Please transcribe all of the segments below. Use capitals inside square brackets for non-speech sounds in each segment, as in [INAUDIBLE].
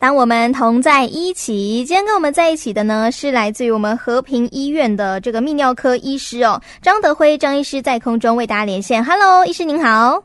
当我们同在一起，今天跟我们在一起的呢是来自于我们和平医院的这个泌尿科医师哦，张德辉张医师在空中为大家连线。Hello，医师您好。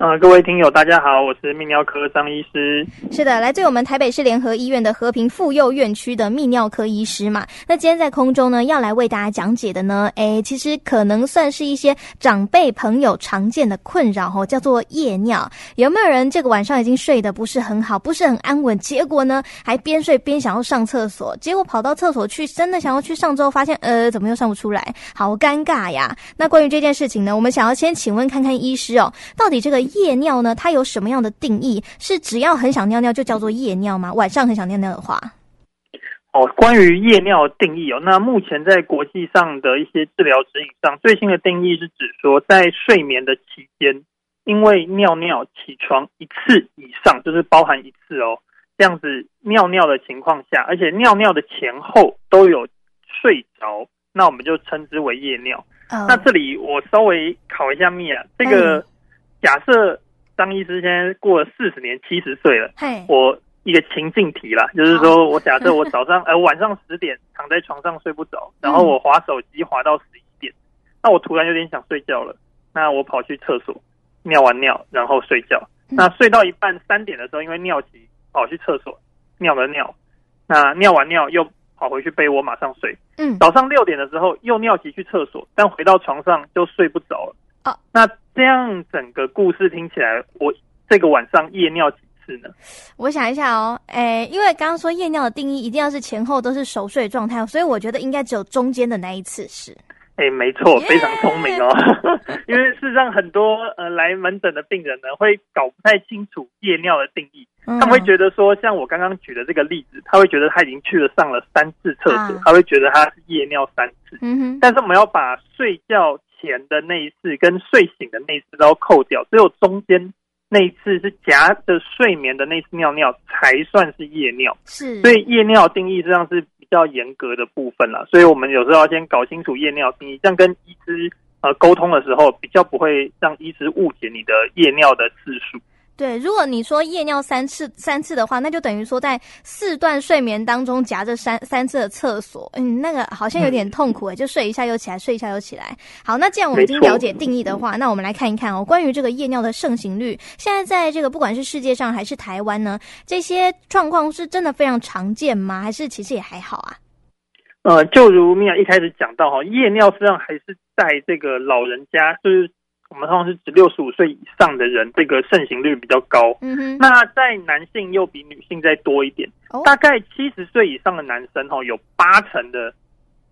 啊、各位听友，大家好，我是泌尿科张医师。是的，来自于我们台北市联合医院的和平妇幼院区的泌尿科医师嘛。那今天在空中呢，要来为大家讲解的呢，诶，其实可能算是一些长辈朋友常见的困扰哦，叫做夜尿。有没有人这个晚上已经睡得不是很好，不是很安稳，结果呢还边睡边想要上厕所，结果跑到厕所去，真的想要去上之后，发现呃怎么又上不出来，好尴尬呀。那关于这件事情呢，我们想要先请问看看医师哦，到底这个夜尿呢，它有什么样的定义？是只要很想尿尿就叫做夜尿吗？晚上很想尿尿的话，哦，关于夜尿的定义哦，那目前在国际上的一些治疗指引上，最新的定义是指说，在睡眠的期间，因为尿尿起床一次以上，就是包含一次哦，这样子尿尿的情况下，而且尿尿的前后都有睡着，那我们就称之为夜尿。呃那这里我稍微考一下蜜啊，这个假设张医师现在过了四十年，七十岁了。嘿，我一个情境题啦，就是说我假设我早上呃晚上十点躺在床上睡不着，嗯然后我划手机划到十一点，那我突然有点想睡觉了，那我跑去厕所尿完尿然后睡觉，嗯那睡到一半三点的时候因为尿急跑去厕所尿了尿，那尿完尿又跑回去被窝马上睡，嗯，早上六点的时候又尿急去厕所，但回到床上就睡不着了。哦那这样整个故事听起来，我这个晚上夜尿几次呢？我想一下哦，诶，因为刚刚说夜尿的定义一定要是前后都是熟睡状态，所以我觉得应该只有中间的那一次是。哎，没错，耶非常聪明哦。 [LAUGHS] 因为事实上，很多呃来门诊的病人呢，会搞不太清楚夜尿的定义。嗯他们会觉得说，像我刚刚举的这个例子，他会觉得他已经去了上了三次厕所啊，他会觉得他是夜尿三次。嗯哼，但是我们要把睡觉前的那一次跟睡醒的那一次都要扣掉，只有中间那一次是夹着睡眠的那一次尿尿才算是夜尿。是，所以夜尿定义实际上是比较严格的部分啦，所以我们有时候要先搞清楚夜尿定义，这样跟医师呃沟通的时候比较不会让医师误解你的夜尿的次数。对，如果你说夜尿三次三次的话，那就等于说在四段睡眠当中夹着三三次的厕所，嗯，那个好像有点痛苦欸诶、就睡一下又起来，睡一下又起来。好，那既然我们已经没错了解定义的话，那我们来看一看哦，关于这个夜尿的盛行率，现在在这个不管是世界上还是台湾呢，这些状况是真的非常常见吗？还是其实也还好啊？呃，就如米娅一开始讲到哈，夜尿实际上还是在这个老人家，就是我们通常是指六十五岁以上的人，这个盛行率比较高。嗯哼，那在男性又比女性再多一点，哦大概七十岁以上的男生哦，有八成的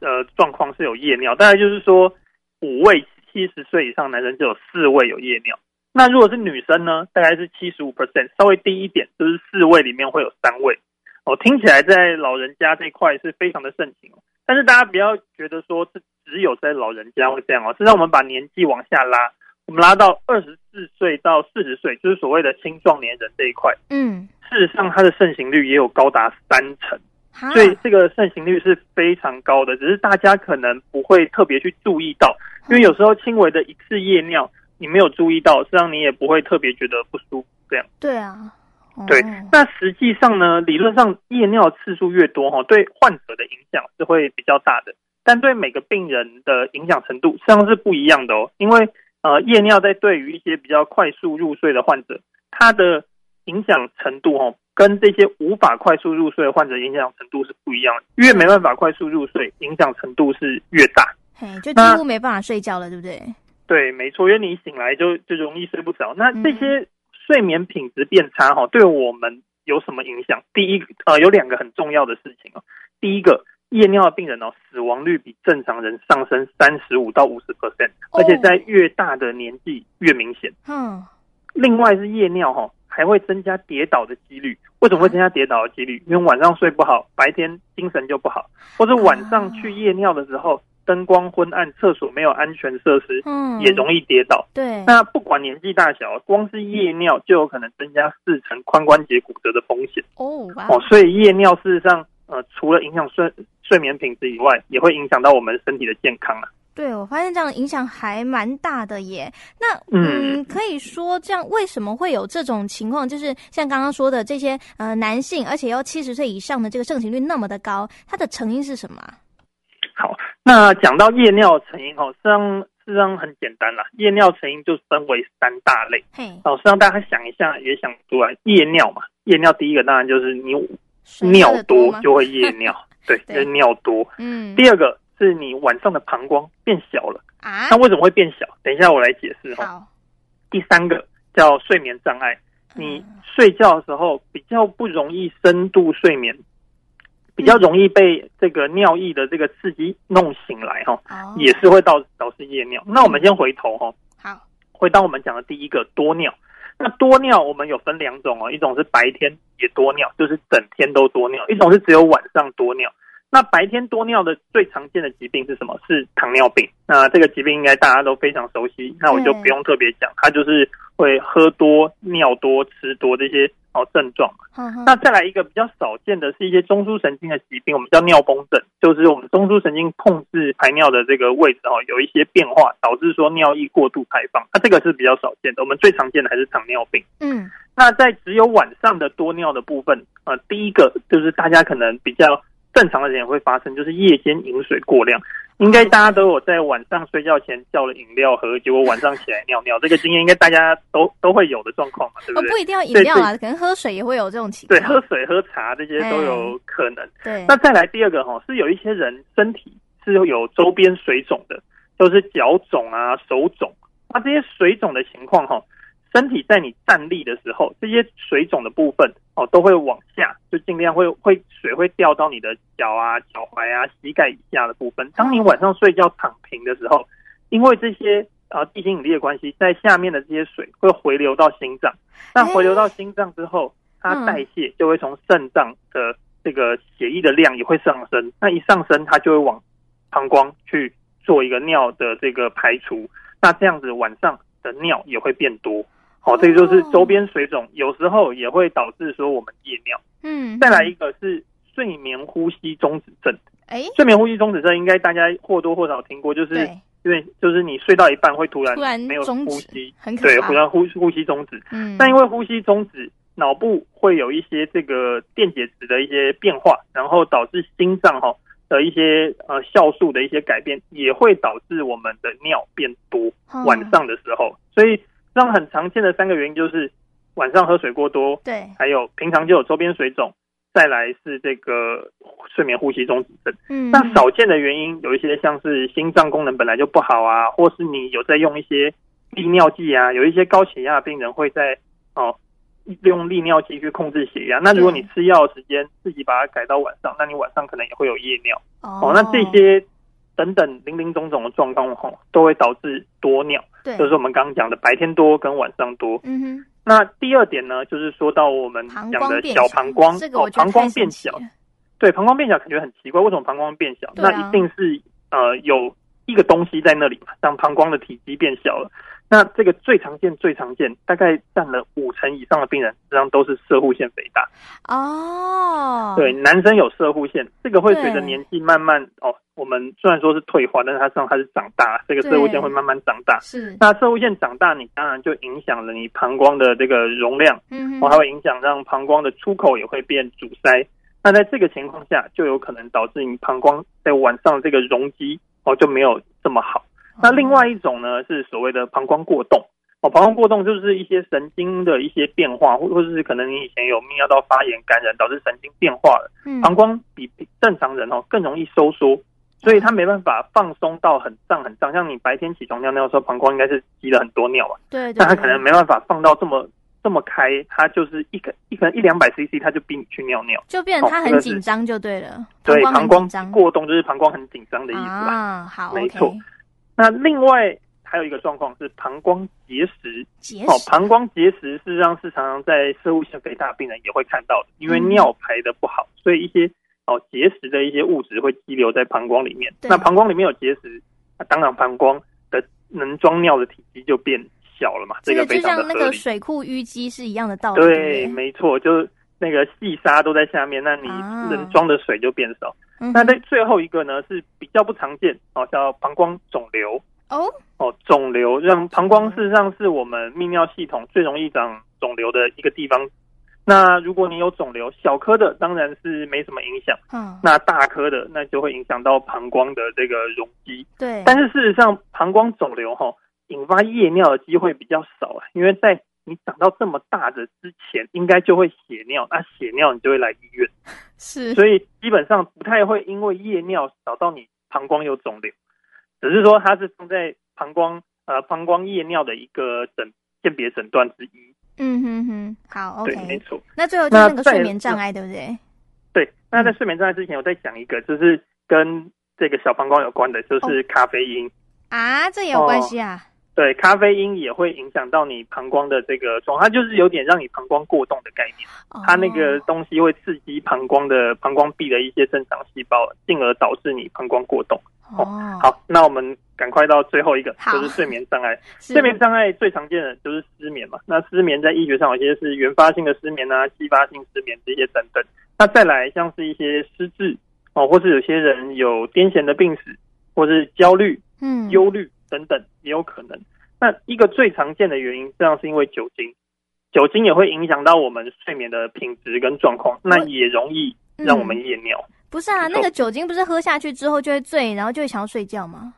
呃状况是有夜尿，大概就是说五位七十岁以上的男生就有四位有夜尿。那如果是女生呢，大概是七十五 percent，稍微低一点，就是四位里面会有三位。哦，听起来在老人家这一块是非常的盛行哦，但是大家不要觉得说是只有在老人家会这样哦，是让我们把年纪往下拉，我们拉到二十四岁到四十岁，就是所谓的青壮年人这一块，嗯，事实上它的盛行率也有高达三成。哈，所以这个盛行率是非常高的，只是大家可能不会特别去注意到，因为有时候轻微的一次夜尿，你没有注意到，实际上你也不会特别觉得不舒服。这样对啊，哦对，那实际上呢，理论上夜尿次数越多哈，对患者的影响是会比较大的，但对每个病人的影响程度实际上是不一样的哦，因为呃，夜尿在对于一些比较快速入睡的患者，它的影响程度哦，跟这些无法快速入睡的患者影响程度是不一样的。越没办法快速入睡，影响程度是越大。嘿，就几那乎没办法睡觉了，对不对？对，没错，因为你醒来就就容易睡不着。那这些睡眠品质变差哈、对我们有什么影响？第一个，呃，有两个很重要的事情哦。第一个，夜尿的病人哦，死亡率比正常人上升三十五到五十 percent，哦而且在越大的年纪越明显。嗯，另外是夜尿哈、还会增加跌倒的几率。为什么会增加跌倒的几率？因为晚上睡不好，白天精神就不好，或者晚上去夜尿的时候，灯光昏暗，厕所没有安全设施，嗯也容易跌倒。对，那不管年纪大小，光是夜尿就有可能增加四成髋关节骨折的风险哦，哇哦。所以夜尿事实上，呃，除了影响睡睡眠品质以外，也会影响到我们身体的健康啊。对，我发现这样影响还蛮大的耶。那嗯嗯，可以说这样为什么会有这种情况？就是像刚刚说的这些呃男性，而且要七十岁以上的这个盛行率那么的高，它的成因是什么啊？好，那讲到夜尿的成因哦，实际上实际上很简单啦，夜尿成因就分为三大类。嘿，哦，实际上大家想一下也想不出来，夜尿嘛，夜尿第一个当然就是你水喝尿得多吗？就会夜 [LAUGHS] 尿，对，对就是尿多。嗯第二个是你晚上的膀胱变小了，啊那，为什么会变小？等一下我来解释哦。好，第三个叫睡眠障碍，你嗯睡觉的时候比较不容易深度睡眠，比较容易被这个尿意的这个刺激弄醒来哈、哦，哦也是会导导致夜尿。那我们先回头哈、哦，好，回到我们讲的第一个多尿。那多尿我们有分两种哦，一种是白天也多尿，就是整天都多尿；一种是只有晚上多尿。那白天多尿的最常见的疾病是什么？是糖尿病。那这个疾病应该大家都非常熟悉，那我就不用特别讲，它就是会喝多、尿多、吃多这些哦症状。哼哼那再来一个比较少见的是一些中枢神经的疾病，我们叫尿崩症，就是我们中枢神经控制排尿的这个位置哦，有一些变化，导致说尿液过度排放。啊那、这个是比较少见的，我们最常见的还是糖尿病。嗯那在只有晚上的多尿的部分，呃，第一个就是大家可能比较正常的人也会发生，就是夜间饮水过量。应该大家都有在晚上睡觉前叫了饮料喝，结果晚上起来尿尿，这个经验应该大家都都会有的状况嘛，对不哦对？不一定要饮对料对啦，可能喝水也会有这种情对，况。喝水、喝茶这些都有可能。对，那再来第二个哈、是有一些人身体是有周边水肿的，就是脚肿啊、手肿。那这些水肿的情况哈、身体在你站立的时候，这些水肿的部分哦都会往下，就尽量会会水会掉到你的脚啊、脚踝啊、膝盖以下的部分。当你晚上睡觉躺平的时候，因为这些啊地心引力的关系，在下面的这些水会回流到心脏。那回流到心脏之后，它嗯代谢就会从肾脏的这个血液的量也会上升。那一上升，它就会往膀胱去做一个尿的这个排除。那这样子晚上的尿也会变多。好、哦这个就是周边水肿，有时候也会导致说我们夜尿。嗯，再来一个是睡眠呼吸中止症，哎，睡眠呼吸中止症应该大家或多或少听过，就是对，因为就是你睡到一半会突然突然没有终呼止吸，很可对，怕突然呼呼吸终止。嗯，那因为呼吸终止，脑部会有一些这个电解质的一些变化，然后导致心脏哈、的一些呃酵素的一些改变，也会导致我们的尿变多。嗯晚上的时候，所以让很常见的三个原因就是晚上喝水过多，对，还有平常就有周边水肿，再来是这个睡眠呼吸中止症。嗯，那少见的原因有一些像是心脏功能本来就不好啊，或是你有在用一些利尿剂啊，有一些高血压的病人会在哦利用利尿剂去控制血压。那如果你吃药的时间自己把它改到晚上，那你晚上可能也会有夜尿哦哦。那这些等等零零总总的状况哦，都会导致多尿，对，就是我们刚刚讲的白天多跟晚上多。嗯哼，那第二点呢，就是说到我们膀讲胱的变小膀胱，这个哦我觉得膀胱太神变奇小了，对，膀胱变小感觉很奇怪，为什么膀胱变小？对啊那一定是呃有一个东西在那里嘛，让膀胱的体积变小了。那这个最常见、最常见，大概占了五成以上的病人，实际上都是射护腺肥大。哦，对，，男生有射护腺，这个会随着对年纪慢慢哦，我们虽然说是退化，但是它实际上它是长大，这个射护腺对会慢慢长大。是，那射护腺长大，你当然就影响了你膀胱的这个容量，嗯我还哼，会影响让膀胱的出口也会变阻塞。那在这个情况下，就有可能导致你膀胱在晚上这个容积哦就没有这么好。哦那另外一种呢是所谓的膀胱过动哦，膀胱过动就是一些神经的一些变化，或或者是可能你以前有泌尿道发炎感染导致神经变化了，嗯膀胱比正常人哦更容易收缩。所以它没办法放松到很胀很胀，像你白天起床尿尿的时候，膀胱应该是积了很多尿嘛，啊对，对但他可能没办法放到这么这么开，他就是一个一可能一两百 CC，他就逼你去尿尿。就变成他哦很这个紧是张就对了，哦对，膀胱膀很胱紧张过动就是膀胱很紧张的意思吧。啊，好，没错 OK，那另外还有一个状况是膀胱结石结哦，石，膀胱结石事实上是常常在射物腺肥大病人也会看到的，因为嗯尿排的不好，所以一些哦结石的一些物质会积留在膀胱里面。对那膀胱里面有结石，那当然膀胱的能装尿的体积就变小了嘛，这个个非就常的像那合理。个水库淤积是一样的道理，对，不没错，就是那个细沙都在下面，那你啊能装的水就变少。嗯那在最后一个呢是比较不常见哦，叫膀胱肿瘤哦，哦，肿瘤让膀胱事实上是我们泌尿系统最容易长肿瘤的一个地方。那如果你有肿瘤，小颗的当然是没什么影响，嗯，那大颗的那就会影响到膀胱的这个容积。对，但是事实上，膀胱肿瘤哈、引发夜尿的机会比较少啊，因为在你长到这么大的之前，应该就会血尿，那、血尿你就会来医院，是所以基本上不太会因为夜尿找到你膀胱有肿瘤，只是说它是放在膀胱呃膀胱夜尿的一个诊鉴别诊断之一。嗯哼哼，好对，没，OK。错，那最后就是那个那再睡眠障碍，对不对？对。那在睡眠障碍之前，我再讲一个，就是跟这个小膀胱有关的，就是咖啡因。啊，这也哦有关系啊。对，咖啡因也会影响到你膀胱的这个状况，它就是有点让你膀胱过动的概念，哦它那个东西会刺激膀胱的膀胱壁的一些正常细胞，进而导致你膀胱过动。哦，好，那我们赶快到最后一个，好就是睡眠障碍。是，睡眠障碍最常见的就是失眠嘛，那失眠在医学上有些是原发性的失眠啊、继发性失眠这些等等。那再来像是一些失智哦，或是有些人有癫痫的病史，或是焦虑嗯忧虑等等也有可能。那一个最常见的原因，实际上是因为酒精，酒精也会影响到我们睡眠的品质跟状况，那也容易嗯让我们夜尿。不是啊，没错那个酒精不是喝下去之后就会醉，然后就会想要睡觉吗？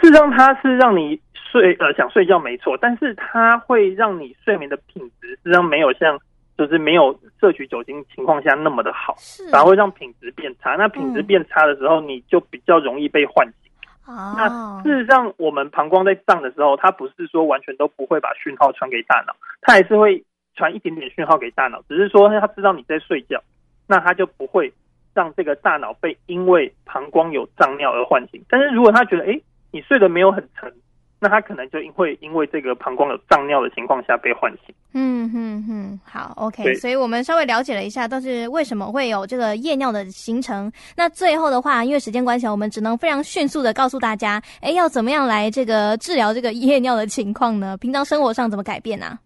事实上，它是让你睡呃想睡觉没错，但是它会让你睡眠的品质实际上没有像就是没有摄取酒精情况下那么的好，是，啊反而会让品质变差。那品质嗯变差的时候，你就比较容易被唤醒。哦那，事实上，我们膀胱在胀的时候，它不是说完全都不会把讯号传给大脑，它还是会传一点点讯号给大脑，只是说它知道你在睡觉，那它就不会让这个大脑被因为膀胱有胀尿而唤醒。但是如果它觉得，诶，你睡得没有很沉，那它可能就因会因为这个膀胱有胀尿的情况下被唤醒。嗯哼哼，好，OK，对所以我们稍微了解了一下，都是为什么会有这个夜尿的形成。那最后的话，因为时间关系啊，我们只能非常迅速的告诉大家，哎，要怎么样来这个治疗这个夜尿的情况呢？平常生活上怎么改变啊？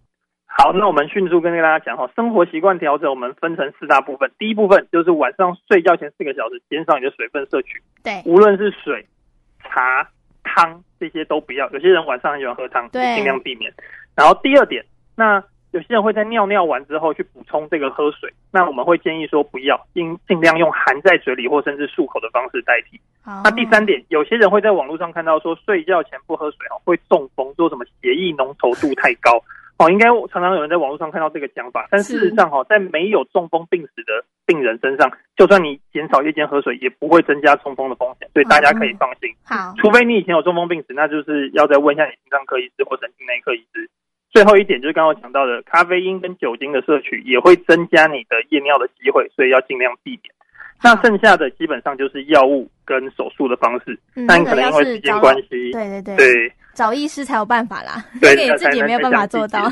好，那我们迅速跟大家讲哈，生活习惯调整我们分成四大部分。第一部分就是晚上睡觉前四个小时减少你的水分摄取。对，无论是水、茶、汤这些都不要。有些人晚上很喜欢喝汤，就对尽量避免。然后第二点，那有些人会在尿尿完之后去补充这个喝水，那我们会建议说不要，尽尽量用含在嘴里或甚至漱口的方式代替。好，那第三点，有些人会在网络上看到说睡觉前不喝水哦会中风，说什么血液浓稠度太高哦，应该常常有人在网络上看到这个讲法，但是事实上哦，在没有中风病史的病人身上，就算你减少夜间喝水，也不会增加中风的风险，所以大家可以放心。好，除非你以前有中风病史，那就是要再问一下你心脏科医师或神经内科医师。最后一点就是刚刚我讲到的，咖啡因跟酒精的摄取也会增加你的夜尿的机会，所以要尽量避免。那剩下的基本上就是药物跟手术的方式，嗯但那可个能因要为是时间找关系，对对对，对找医师才有办法啦，对这个你自己没有办法做到。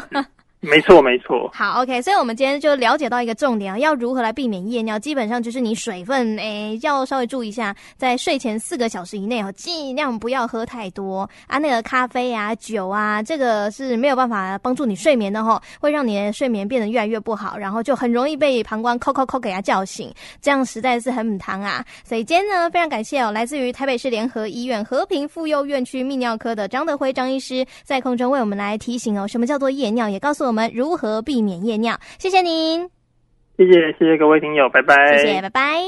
没错没错，好，OK，所以我们今天就了解到一个重点啊，要如何来避免夜尿，基本上就是你水分诶、要稍微注意一下，在睡前四个小时以内哦，尽量不要喝太多啊，那个咖啡啊、酒啊，这个是没有办法帮助你睡眠的吼，会让你的睡眠变得越来越不好，然后就很容易被膀胱扣扣扣给它叫醒，这样实在是很母汤啊。所以今天呢，非常感谢哦，来自于台北市联合医院和平妇幼院区泌尿科的张德辉张医师，在空中为我们来提醒哦，什么叫做夜尿，也告诉我们如何避免夜尿。谢谢您，谢谢谢谢各位听友，拜拜，谢谢，拜拜。